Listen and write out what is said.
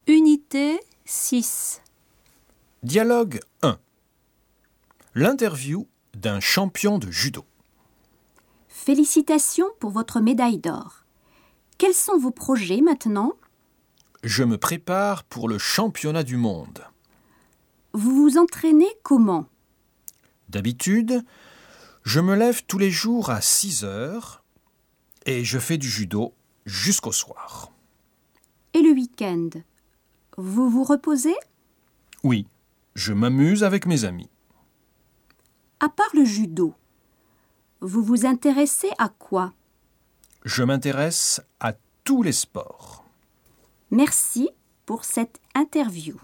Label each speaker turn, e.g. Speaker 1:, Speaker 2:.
Speaker 1: Activité 6.
Speaker 2: Dialogue 1. L'interview d'un champion de judo.
Speaker 1: Félicitations pour votre médaille d'or. Quels sont vos projets maintenant
Speaker 2: Je me prépare pour le championnat du monde.
Speaker 1: Vous vous entraînez comment
Speaker 2: D'habitude, je me lève tous les jours à 6 heures et je fais du judo jusqu'au soir.
Speaker 1: Et le week-end Vous vous reposez
Speaker 2: Oui, je m'amuse avec mes amis.
Speaker 1: À part le judo, vous vous intéressez à quoi
Speaker 2: Je m'intéresse à tous les sports.
Speaker 1: Merci pour cette interview.